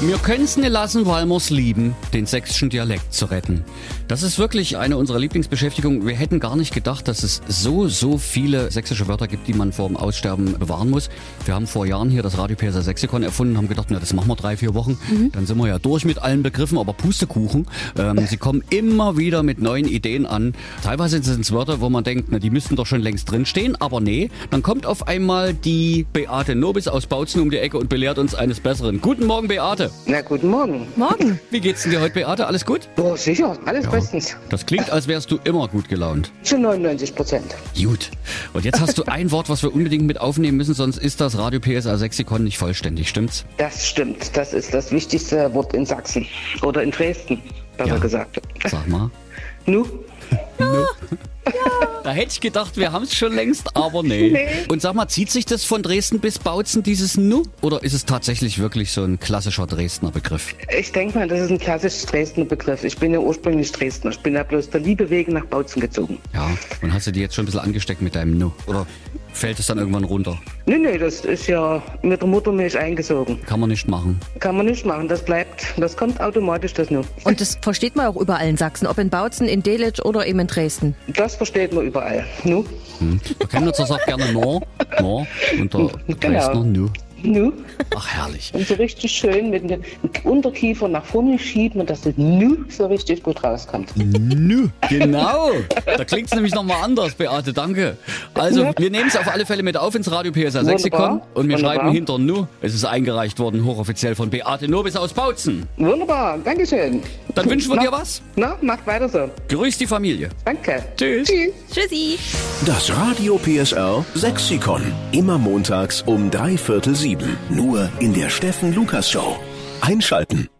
Wir können es nicht lassen, weil wir es lieben, den sächsischen Dialekt zu retten. Das ist wirklich eine unserer Lieblingsbeschäftigungen. Wir hätten gar nicht gedacht, dass es so, so viele sächsische Wörter gibt, die man vor dem Aussterben bewahren muss. Wir haben vor Jahren hier das Radio PSR Sexikon erfunden, haben gedacht, na, das machen wir drei, vier Wochen. Dann sind wir ja durch mit allen Begriffen, aber Pustekuchen. Ähm, sie kommen immer wieder mit neuen Ideen an. Teilweise sind es Wörter, wo man denkt, na, die müssten doch schon längst drinstehen, aber nee. Dann kommt auf einmal die Beate Nobis aus Bautzen um die Ecke und belehrt uns eines Besseren. Guten Morgen, Beate. Na, guten Morgen. Oh, Morgen. Wie geht's denn dir heute, Beate? Alles gut? Ja, sicher, alles bestens. Das klingt, als wärst du immer gut gelaunt. Zu 99 Prozent. Gut. Und jetzt hast du ein Wort, was wir unbedingt mit aufnehmen müssen, sonst ist das Radio PSA Sexikon nicht vollständig, stimmt's? Das stimmt. Das ist das wichtigste Wort in Sachsen. Oder in Dresden, besser Ja. gesagt. Sag mal. Nu, Da hätte ich gedacht, wir haben's schon längst, aber nee. Und sag mal, zieht sich das von Dresden bis Bautzen, dieses Nu? Oder ist es tatsächlich wirklich so ein klassischer Dresdner Begriff? ich denke mal, das ist ein klassisch Dresdner Begriff. Ich bin ja ursprünglich Dresdner. Ich bin ja bloß der Liebe wegen nach Bautzen gezogen. Ja. Und hast du die jetzt schon ein bisschen angesteckt mit deinem Nu? Oder fällt es dann irgendwann runter? Nee, nee, das ist ja mit der Muttermilch eingesogen. Kann man nicht machen. Kann man nicht machen. Das bleibt, das kommt automatisch, das Nu. Und das versteht man auch überall in Sachsen, ob in Bautzen, in Delitzsch oder eben in Dresden. Das versteht man überall. Nu, Der Chemnitzer sagt gerne No, No und der Genau. Dresdner Nu. nu. Ach, herrlich. Und so richtig schön mit dem Unterkiefer nach vorne schieben und dass das Nu so richtig gut rauskommt. Nö. Genau. Da klingt es nämlich nochmal anders, Beate. Danke. Also, wir nehmen es auf alle Fälle mit auf ins Radio PSA Sexikon Wunderbar. und wir Wunderbar. schreiben hinter Nu. Es ist eingereicht worden, hochoffiziell von Beate Nobis aus Bautzen. Wunderbar, Dankeschön. Dann wünschen wir Na, dir was. Na, macht weiter so. Grüß die Familie. Danke. Tschüss. Tschüss. Tschüssi. Das Radio PSR Sexikon. Immer montags um drei Viertel sieben. Nur in der Steffen Lukas Show. Einschalten.